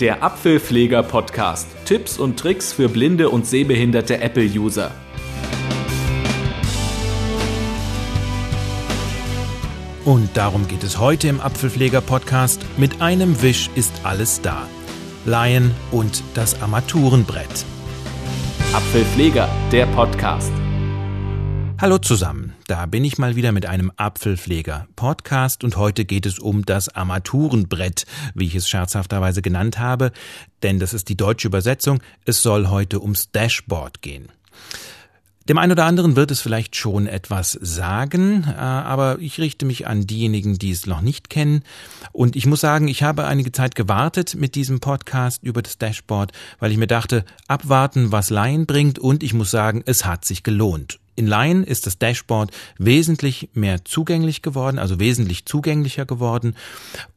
der Apfelpfleger-Podcast. Tipps und Tricks für blinde und sehbehinderte Apple-User. Und darum geht es heute im Apfelpfleger-Podcast. Mit einem Wisch ist alles da. Lion und das Armaturenbrett. Apfelpfleger, der Podcast. Hallo zusammen, da bin ich mal wieder mit einem Apfelpfleger-Podcast und heute geht es um das Armaturenbrett, wie ich es scherzhafterweise genannt habe, denn das ist die deutsche Übersetzung, es soll heute ums Dashboard gehen. Dem einen oder anderen wird es vielleicht schon etwas sagen, äh, aber ich richte mich an diejenigen, die es noch nicht kennen. Und ich muss sagen, ich habe einige Zeit gewartet mit diesem Podcast über das Dashboard, weil ich mir dachte, abwarten, was Laien bringt. Und ich muss sagen, es hat sich gelohnt. In Line ist das Dashboard wesentlich mehr zugänglich geworden, also wesentlich zugänglicher geworden.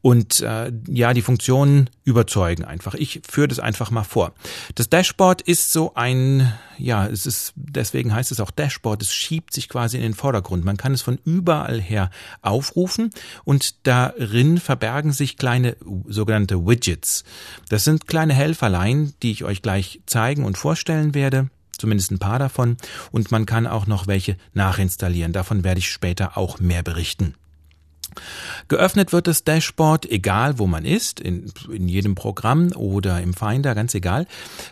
Und äh, ja, die Funktionen überzeugen einfach. Ich führe das einfach mal vor. Das Dashboard ist so ein, ja, es ist, deswegen heißt es auch Dashboard, es schiebt sich quasi in den Vordergrund. Man kann es von überall her aufrufen und darin verbergen sich kleine sogenannte Widgets. Das sind kleine Helferlein, die ich euch gleich zeigen und vorstellen werde zumindest ein paar davon, und man kann auch noch welche nachinstallieren. Davon werde ich später auch mehr berichten. Geöffnet wird das Dashboard, egal wo man ist, in, in jedem Programm oder im Finder, ganz egal,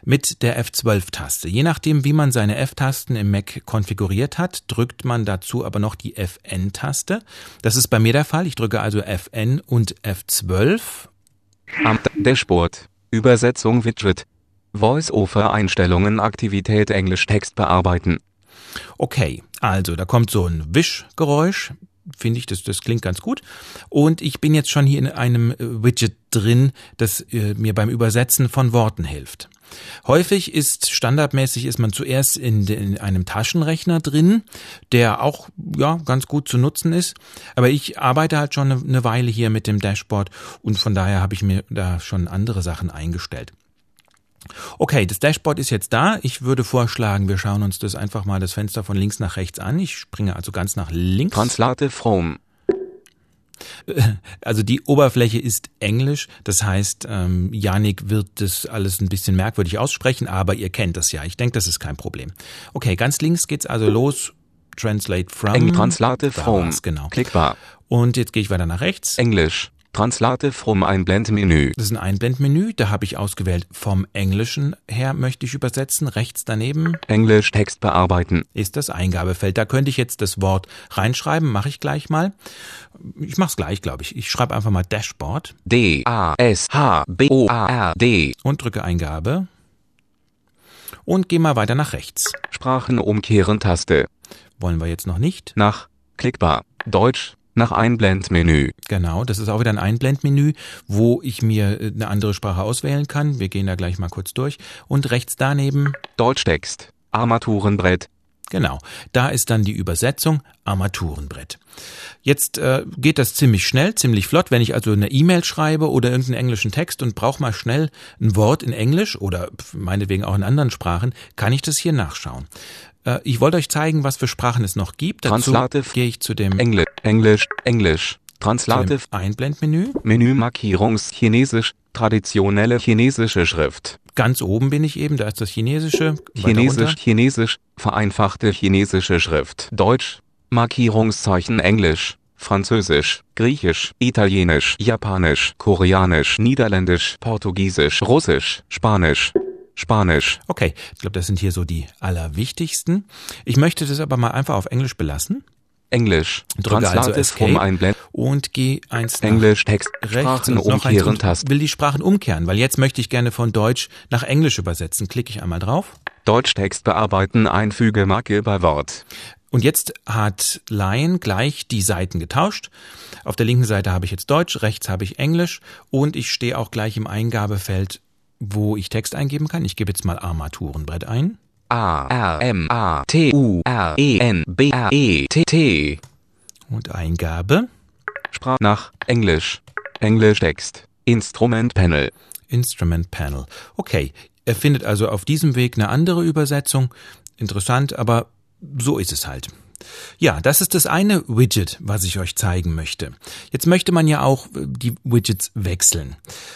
mit der F12-Taste. Je nachdem, wie man seine F-Tasten im Mac konfiguriert hat, drückt man dazu aber noch die Fn-Taste. Das ist bei mir der Fall. Ich drücke also Fn und F12. Am Dashboard. Übersetzung Widget. Voice-Over-Einstellungen Aktivität Englisch Text bearbeiten. Okay, also da kommt so ein Wischgeräusch. Finde ich, das, das klingt ganz gut. Und ich bin jetzt schon hier in einem äh, Widget drin, das äh, mir beim Übersetzen von Worten hilft. Häufig ist standardmäßig ist man zuerst in, de, in, einem Taschenrechner drin, der auch ja ganz gut zu nutzen ist. Aber ich arbeite halt schon eine, eine Weile hier mit dem Dashboard und von daher habe ich mir da schon andere Sachen eingestellt. Okay, das Dashboard ist jetzt da. Ich würde vorschlagen, wir schauen uns das einfach mal das Fenster von links nach rechts an. Ich springe also ganz nach links. Translate from. Also die Oberfläche ist Englisch, das heißt, ähm, Janik wird das alles ein bisschen merkwürdig aussprechen, aber ihr kennt das ja. Ich denke, das ist kein Problem. Okay, ganz links geht's also los. Translate from. Eng Translate from. Mhm. Genau. Klickbar. Und jetzt gehe ich weiter nach rechts. Englisch. Translate from Einblendmenü. Das ist ein Einblendmenü, da habe ich ausgewählt, vom Englischen her möchte ich übersetzen, rechts daneben. Englisch Text bearbeiten. Ist das Eingabefeld. Da könnte ich jetzt das Wort reinschreiben, mache ich gleich mal. Ich mache es gleich, glaube ich. Ich schreibe einfach mal Dashboard. D-A-S-H-B-O-A-R-D. Und drücke Eingabe. Und gehe mal weiter nach rechts. Sprachen umkehren Taste. Wollen wir jetzt noch nicht. Nach klickbar. Deutsch, nach Einblendmenü. Genau, das ist auch wieder ein Einblendmenü, wo ich mir äh, eine andere Sprache auswählen kann. Wir gehen da gleich mal kurz durch. Und rechts daneben Deutschtext, Armaturenbrett. Genau, da ist dann die Übersetzung Armaturenbrett. Jetzt äh, geht das ziemlich schnell, ziemlich flott. Wenn ich also eine E-Mail schreibe oder irgendeinen englischen Text und brauche mal schnell ein Wort in Englisch oder meinetwegen auch in anderen Sprachen, kann ich das hier nachschauen. Äh, ich wollte euch zeigen, was für Sprachen es noch gibt. Dazu gehe ich zu dem Englisch. Englisch, Englisch, Translate, Einblendmenü, Menümarkierungs, Chinesisch, traditionelle chinesische Schrift. Ganz oben bin ich eben, da ist das Chinesische. Chinesisch, Chinesisch, vereinfachte chinesische Schrift. Deutsch, Markierungszeichen Englisch, Französisch, Griechisch, Italienisch, Japanisch, Koreanisch, Niederländisch, Portugiesisch, Russisch, Spanisch. Spanisch. Okay, ich glaube, das sind hier so die allerwichtigsten. Ich möchte das aber mal einfach auf Englisch belassen. Englisch. Drücke also Escape und gehe eins nach um Englisch Text rechts und noch eins und will die Sprachen umkehren, weil jetzt möchte ich gerne von Deutsch nach Englisch übersetzen. Klicke ich einmal drauf. Deutschtext bearbeiten, einfüge Marke bei Wort. Und jetzt hat Lion gleich die Seiten getauscht. Auf der linken Seite habe ich jetzt Deutsch, rechts habe ich Englisch und ich stehe auch gleich im Eingabefeld, wo ich Text eingeben kann. Ich gebe jetzt mal Armaturenbrett ein. E, A-R-M-A-T-U-R-E-N-B-R-E-T-T. Und Eingabe. Sprach nach Englisch. Englisch Text. Instrument Panel. Instrument Panel. Okay. Er findet also auf diesem Weg eine andere Übersetzung. Interessant, aber so ist es halt. Ja, das ist das eine Widget, was ich euch zeigen möchte. Jetzt möchte man ja auch äh, die Widgets wechseln.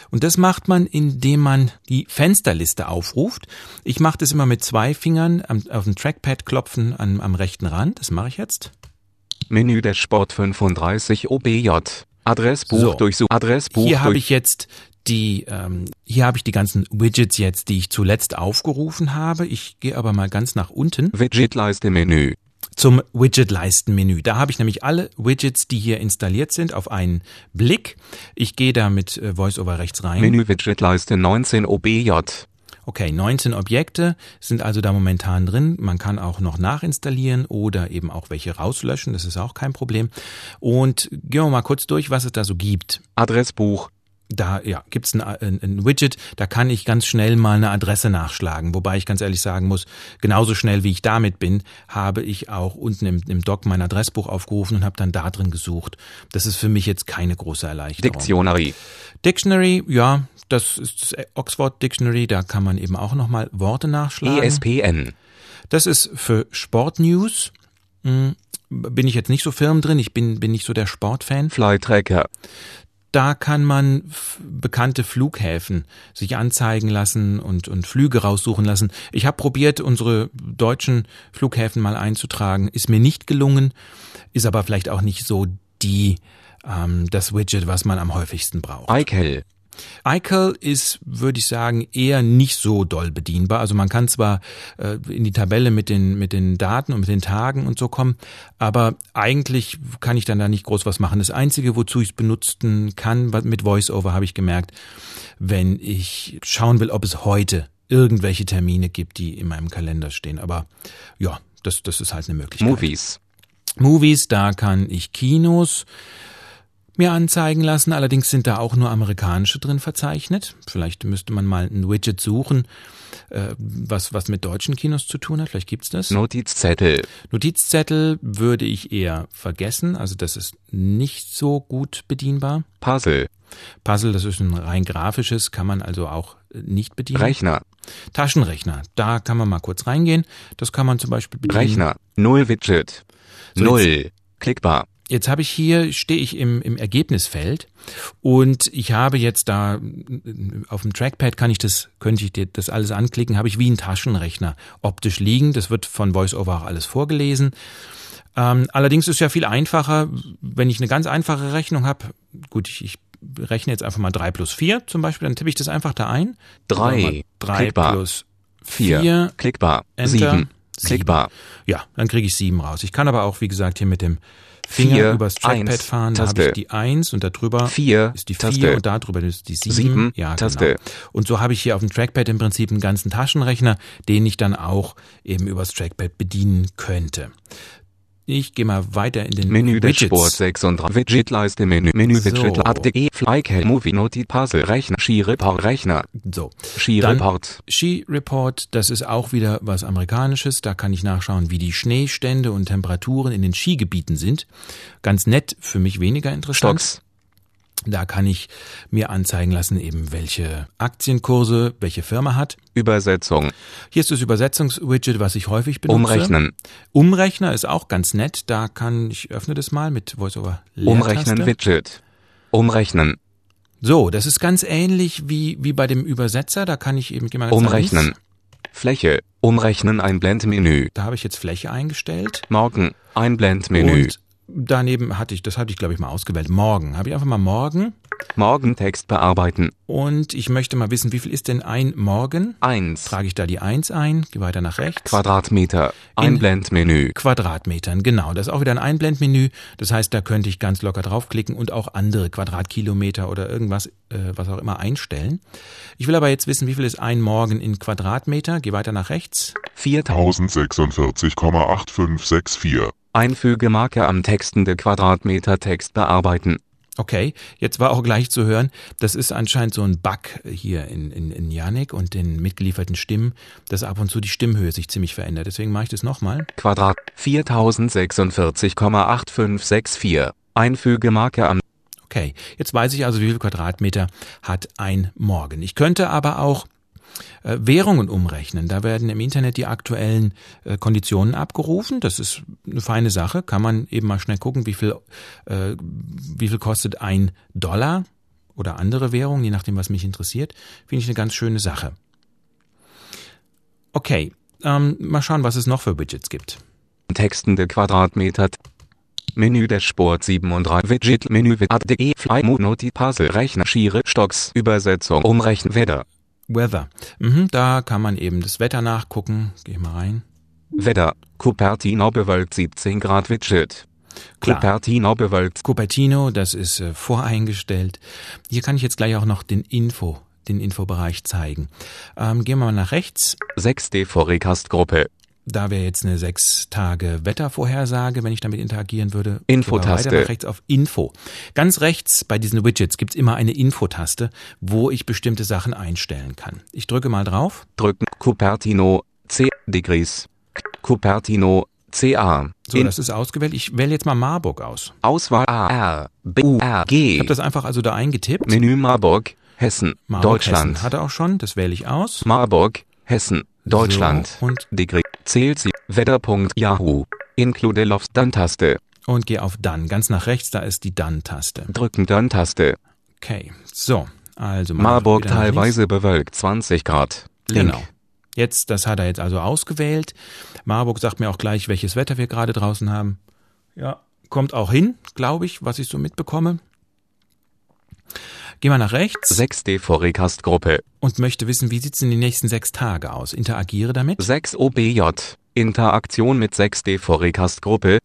Und das macht man, indem man die Fensterliste aufruft. Ich mache das immer mit zwei Fingern am, auf dem Trackpad klopfen am, am rechten Rand. Das mache ich jetzt. Menü der Sport 35 OBJ. Adressbuch So. durchsuchen. Adressbuch Hier habe durch. ich jetzt die, ähm, hier habe ich die ganzen Widgets jetzt, die ich zuletzt aufgerufen habe. Ich gehe aber mal ganz nach unten Widgetleiste Menü. zum Widget-Leisten-Menü. Da habe ich nämlich alle Widgets, die hier installiert sind, auf einen Blick. Ich gehe da mit äh, VoiceOver rechts rein. Menü Widgetleiste 19 OBJ. Okay, 19 Objekte sind also da momentan drin. Man kann auch noch nachinstallieren oder eben auch welche rauslöschen. Das ist auch kein Problem. Und gehen wir mal kurz durch, was es da so gibt. Adressbuch. Da ja, gibt's ein, ein, ein Widget, da kann ich ganz schnell mal eine Adresse nachschlagen. Wobei ich ganz ehrlich sagen muss, genauso schnell wie ich damit bin, habe ich auch unten im, im Doc mein Adressbuch aufgerufen und habe dann da drin gesucht. Das ist für mich jetzt keine große Erleichterung. Diktionary. Dictionary, ja, das ist das Oxford Dictionary, da kann man eben auch nochmal Worte E nachschlagen. ESPN. Das ist für Sportnews. Hm, Bin ich jetzt nicht so firm drin, ich bin, bin nicht so der Sportfan. Flytracker. Da kann man f- bekannte Flughäfen sich anzeigen lassen und, und Flüge raussuchen lassen. Ich habe probiert, unsere deutschen Flughäfen mal einzutragen, ist mir nicht gelungen, ist aber vielleicht auch nicht so die ähm, das Widget, was man am häufigsten braucht. Eichel. Eichel ist, würde ich sagen, eher nicht so doll bedienbar. Also man kann zwar äh, in die Tabelle mit den, mit den Daten und mit den Tagen und so kommen, aber eigentlich kann ich dann da nicht groß was machen. Das Einzige, wozu ich es benutzen kann, was- mit VoiceOver habe ich gemerkt, wenn ich schauen will, ob es heute irgendwelche Termine gibt, die in meinem Kalender stehen. Aber ja, das, das ist halt eine Möglichkeit. Movies. Movies, da kann ich Kinos mir anzeigen lassen. Allerdings sind da auch nur amerikanische drin verzeichnet. Vielleicht müsste man mal ein Widget suchen, äh, was, was mit deutschen Kinos zu tun hat. Vielleicht gibt's das. Notizzettel. Notizzettel würde ich eher vergessen. Also das ist nicht so gut bedienbar. Puzzle. Puzzle, das ist ein rein grafisches, kann man also auch äh, nicht bedienen. Rechner. Taschenrechner, da kann man mal kurz reingehen. Das kann man zum Beispiel bedienen. Rechner. Null Widget. Mhm. So, Null. Klickbar. jetzt habe ich hier, stehe ich im, im Ergebnisfeld und ich habe jetzt da äh, auf dem Trackpad kann ich das, könnte ich dir das alles anklicken, habe ich wie ein Taschenrechner optisch liegen. Das wird von VoiceOver auch alles vorgelesen. Ähm, allerdings ist ja viel einfacher, wenn ich eine ganz einfache Rechnung habe. Gut, ich, ich rechne jetzt einfach mal drei plus vier zum Beispiel, dann tippe ich das einfach da ein. Drei. Sagen wir mal, drei Klickbar. plus Vier. vier. Klickbar. Enter. Sieben. Sieben. Klickbar. Ja, dann kriege ich sieben raus. Ich kann aber auch, wie gesagt, hier mit dem Finger Vier, übers Trackpad eins, fahren. Da habe ich Taste. die eins und da drüber Vier. ist die vier Taste. und da drüber ist die sieben. Sieben, ja, Taste. Genau. Und so habe ich hier auf dem Trackpad im Prinzip einen ganzen Taschenrechner, den ich dann auch eben übers Trackpad bedienen könnte. Ich gehe mal weiter in den Menü der Widgets. Sport 36. Widgetleiste Menü. Menü Widget. So. Ad DE. Flykel. Movie Notiz Puzzle. Rechner. Ski Report. Rechner. So. Ski Dann- Report. Ski Report, das ist auch wieder was Amerikanisches. Da kann ich nachschauen, wie die Schneestände und Temperaturen in den Skigebieten sind. Ganz nett, für mich weniger interessant. Stocks. Da kann ich mir anzeigen lassen, eben welche Aktienkurse, welche Firma hat. Übersetzung. Hier ist das Übersetzungswidget, was ich häufig benutze. Umrechnen. Umrechner ist auch ganz nett. Da kann ich öffne das mal mit VoiceOver. Leertaste. Umrechnen Widget. Umrechnen. So, das ist ganz ähnlich wie wie bei dem Übersetzer. Da kann ich eben geh mal ganz nach links. Umrechnen. Fläche. Umrechnen Einblendmenü. Da habe ich jetzt Fläche eingestellt. Morgen. Einblendmenü. Und daneben hatte ich, das hatte ich glaube ich mal ausgewählt. Morgen habe ich einfach mal morgen. Morgen Text bearbeiten. Und ich möchte mal wissen, wie viel ist denn ein Morgen? 1. Trage ich da die 1 ein, gehe weiter nach rechts. Quadratmeter. Einblendmenü. Quadratmetern, genau. Das ist auch wieder ein Einblendmenü. Das heißt, da könnte ich ganz locker draufklicken und auch andere Quadratkilometer oder irgendwas, äh, was auch immer einstellen. Ich will aber jetzt wissen, wie viel ist ein Morgen in Quadratmeter? Geh weiter nach rechts. 4000. 1046,8564. Einfüge Marke am textende Quadratmeter Text bearbeiten. Okay, jetzt war auch gleich zu hören, das ist anscheinend so ein Bug hier in, in, in Yannick und den mitgelieferten Stimmen, dass ab und zu die Stimmhöhe sich ziemlich verändert. Deswegen mache ich das nochmal. Quadrat 4046,8564. Einfüge Marke am Okay, jetzt weiß ich also, wie viel Quadratmeter hat ein Morgen. Ich könnte aber auch Äh, Währungen umrechnen. Da werden im Internet die aktuellen äh, Konditionen abgerufen. Das ist eine feine Sache. Kann man eben mal schnell gucken, wie viel, äh, wie viel kostet ein Dollar oder andere Währung, je nachdem, was mich interessiert. Finde ich eine ganz schöne Sache. Okay, ähm, mal schauen, was es noch für Widgets gibt. Textende Quadratmeter. Menü der Sport 37 Widget Menü ADE Fly Mode Noti Puzzle Rechner Schiere Stocks Übersetzung Umrechnen Wetter Weather. Mhm, da kann man eben das Wetter nachgucken. Geh mal rein. Wetter Cupertino bewölkt 17 Grad Widget Klar. Cupertino bewölkt Cupertino, das ist äh, voreingestellt. Hier kann ich jetzt gleich auch noch den Info, den Infobereich zeigen. Ähm, gehen wir mal nach rechts. 6D Forecast Gruppe Da wäre jetzt eine sechs Tage Wettervorhersage, wenn ich damit interagieren würde. Infotaste. Gehen wir Weiter nach rechts auf Info. Ganz rechts bei diesen Widgets gibt's immer eine Infotaste, wo ich bestimmte Sachen einstellen kann. Ich drücke mal drauf. drücken Cupertino C Degrees Cupertino CA So, in das ist ausgewählt. Ich wähle jetzt mal Marburg aus. Auswahl AR Ich habe BURG das einfach also da eingetippt. Menü Marburg Hessen Marburg, Deutschland Hessen hatte auch schon, das wähle ich aus. Marburg Hessen Deutschland So, und- Degree zählt sie Wetter.yahoo Include Love Dann Taste Und gehe auf Dann. Ganz nach rechts, da ist die Dann-Taste. drücken Dann Taste Okay, so. Also mal Marburg wieder nach links. teilweise bewölkt 20 Grad Link Genau. Jetzt, das hat er jetzt also ausgewählt. Marburg sagt mir auch gleich, welches Wetter wir gerade draußen haben. Ja. Kommt auch hin, glaube ich, was ich so mitbekomme. Gehen wir nach rechts 6D Forecast Gruppe und möchte wissen, wie sieht's in den nächsten sechs Tage aus? Interagiere damit. 6OBJ Interaktion mit 6D Forecast Gruppe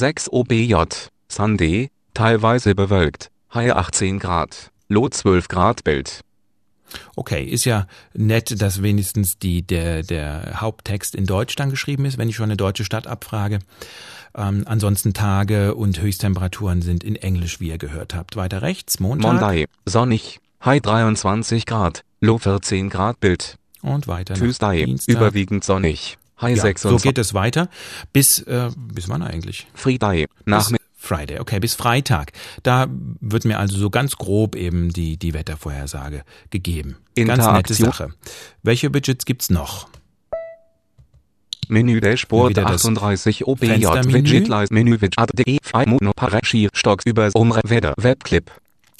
6OBJ Sunday teilweise bewölkt High 18 Grad Low 12 Grad Bild Okay, ist ja nett, dass wenigstens die, der, der Haupttext in Deutsch dann geschrieben ist, wenn ich schon eine deutsche Stadt abfrage. Ähm, ansonsten Tage und Höchsttemperaturen sind in Englisch, wie ihr gehört habt. Weiter rechts, Montag Monday sonnig High 23 Grad Low 14 Grad Bild und weiter nach Tuesday Dienstag. überwiegend sonnig High ja, 26 So geht es weiter bis, äh, bis wann eigentlich? Friday Bis Nachmittag Friday, okay, bis Freitag. Da wird mir also so ganz grob eben die, die Wettervorhersage gegeben. Ganz nette Interaktion. Sache. Welche Widgets gibt's noch? Menü Dashboard Wieder das 38 OBJ Fenstermenü. Widget Live Menü Widget E, DE Freimuno Parashir Stocks über Umre Wetter Webclip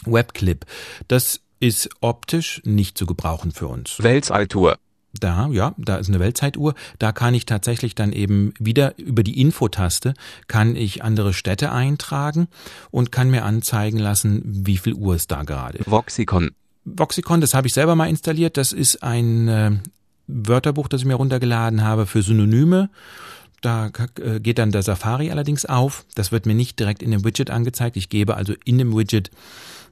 Webclip. Das ist optisch nicht zu gebrauchen für uns. Weltalltour Da, ja, da ist eine Weltzeituhr. Da kann ich tatsächlich dann eben wieder über die Infotaste kann ich andere Städte eintragen und kann mir anzeigen lassen, wie viel Uhr es da gerade ist. Voxicon Voxicon, das habe ich selber mal installiert. Das ist ein äh, Wörterbuch, das ich mir runtergeladen habe für Synonyme. Da äh, geht dann der Safari allerdings auf. Das wird mir nicht direkt in dem Widget angezeigt. Ich gebe also in dem Widget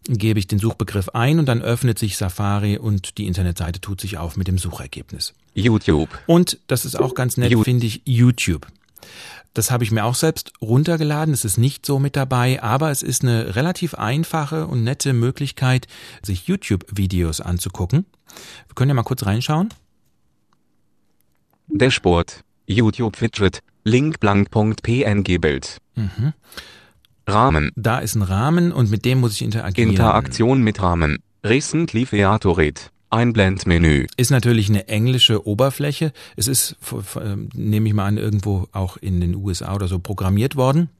gebe ich den Suchbegriff ein und dann öffnet sich Safari und die Internetseite tut sich auf mit dem Suchergebnis. YouTube Und das ist auch ganz nett, You- finde ich, YouTube. Das habe ich mir auch selbst runtergeladen. Es ist nicht so mit dabei, aber es ist eine relativ einfache und nette Möglichkeit, sich YouTube-Videos anzugucken. Wir können ja mal kurz reinschauen. Dashboard, YouTube Widget, Link blank.png Bild. Mhm. Rahmen, Da ist ein Rahmen und mit dem muss ich interagieren. Interaktion mit Rahmen, Recently Featured, Einblendmenü, Ist natürlich eine englische Oberfläche. Es ist, f- f- ähm, nehme ich mal an, irgendwo auch in den USA oder so programmiert worden.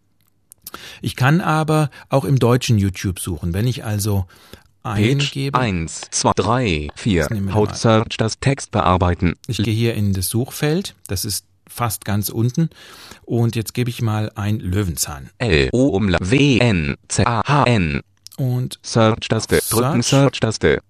Ich kann aber auch im deutschen YouTube suchen. Wenn ich also Page eingebe. 1, 2, 3, 4, Das nehmen wir mal. Haut Search das Text bearbeiten, Ich gehe hier in das Suchfeld, das ist fast ganz unten und jetzt gebe ich mal ein Löwenzahn L, O, Umla, W, N, Z, A, H, N, und Search-Taste, drücken Search. Search-Taste,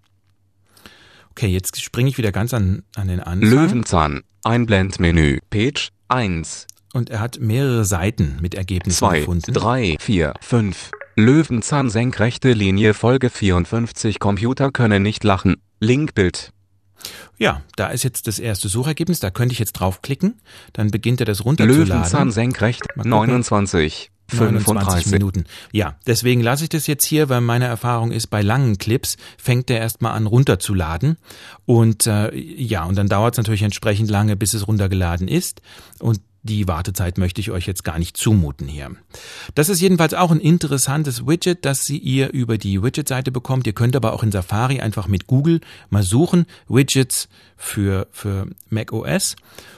okay, jetzt springe ich wieder ganz an, an den Anfang Löwenzahn, Einblendmenü, Page 1, und er hat mehrere Seiten mit Ergebnissen 2, gefunden. 3, 4, 5. Löwenzahn senkrechte Linie Folge 54 Computer können nicht lachen. Linkbild. Ja, da ist jetzt das erste Suchergebnis, da könnte ich jetzt draufklicken, dann beginnt er das runterzuladen. Löwenzahn senkrecht Mal gucken. 29 25 35. Minuten. Ja, deswegen lasse ich das jetzt hier, weil meine Erfahrung ist, bei langen Clips fängt der erstmal an runterzuladen. Und äh, ja, und dann dauert es natürlich entsprechend lange, bis es runtergeladen ist. Und Die Wartezeit möchte ich euch jetzt gar nicht zumuten hier. Das ist jedenfalls auch ein interessantes Widget, das Sie ihr über die Widget-Seite bekommt. Ihr könnt aber auch in Safari einfach mit Google mal suchen. Widgets für, für Mac OS.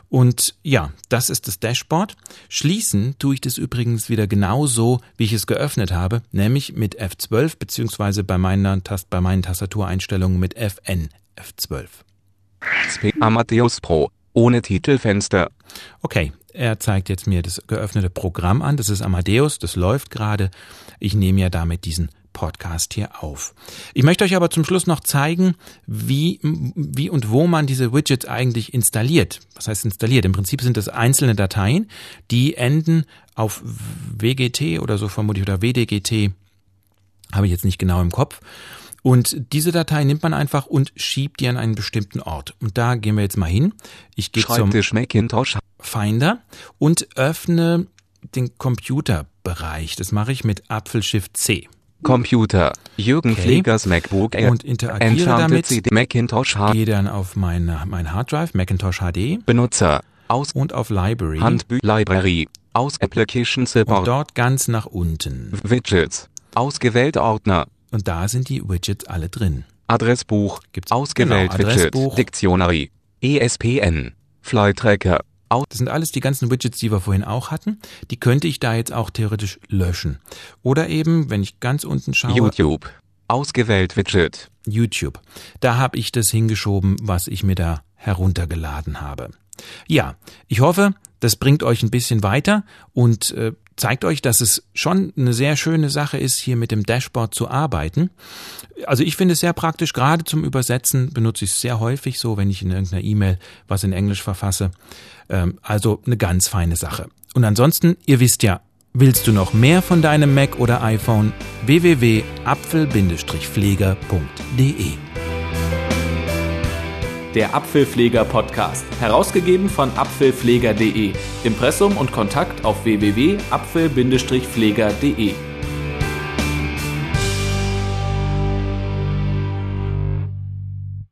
Und ja, das ist das Dashboard. Schließen tue ich das übrigens wieder genauso, wie ich es geöffnet habe, nämlich mit F12 beziehungsweise bei meiner Tast bei meinen Tastatureinstellungen mit FN F12. SP Amadeus Pro. Ohne Titelfenster. Okay, er zeigt jetzt mir das geöffnete Programm an. Das ist Amadeus, das läuft gerade. Ich nehme ja damit diesen Podcast hier auf. Ich möchte euch aber zum Schluss noch zeigen, wie, wie und wo man diese Widgets eigentlich installiert. Was heißt installiert? Im Prinzip sind das einzelne Dateien, die enden auf WGT oder so vermutlich oder WDGT. Habe ich jetzt nicht genau im Kopf. Und diese Datei nimmt man einfach und schiebt die an einen bestimmten Ort. Und da gehen wir jetzt mal hin. Ich gehe zum Schreibtisch Macintosh. Finder und öffne den Computerbereich. Das mache ich mit Apfelshift C. Computer. Jürgen Okay. Flegers MacBook Air. Und interagiere Entfernte damit. CD. Macintosh H. Gehe dann auf meine, mein Harddrive, Macintosh HD Benutzer. Aus. und auf Library Handbü Library. Aus Application und Support. dort ganz nach unten. Widgets. Ausgewählte Ordner. Und da sind die Widgets alle drin. Adressbuch. Gibt's- Ausgewählt Genau, Adressbuch. Widget. Dictionary. ESPN. Flight Tracker. Aus. Das sind alles die ganzen Widgets, die wir vorhin auch hatten. Die könnte ich da jetzt auch theoretisch löschen. Oder eben, wenn ich ganz unten schaue, YouTube. Ausgewählt Widget. YouTube. Da habe ich das hingeschoben, was ich mir da heruntergeladen habe. Ja, ich hoffe, das bringt euch ein bisschen weiter und äh, zeigt euch, dass es schon eine sehr schöne Sache ist, hier mit dem Dashboard zu arbeiten. Also ich finde es sehr praktisch, gerade zum Übersetzen benutze ich es sehr häufig so, wenn ich in irgendeiner E-Mail was in Englisch verfasse. Ähm, also eine ganz feine Sache. Und ansonsten, ihr wisst ja, willst du noch mehr von deinem Mac oder iPhone? www.apfel-pfleger.de Der Apfelpfleger Podcast. Herausgegeben von apfelpfleger.de. Impressum und Kontakt auf www.apfel-pfleger.de.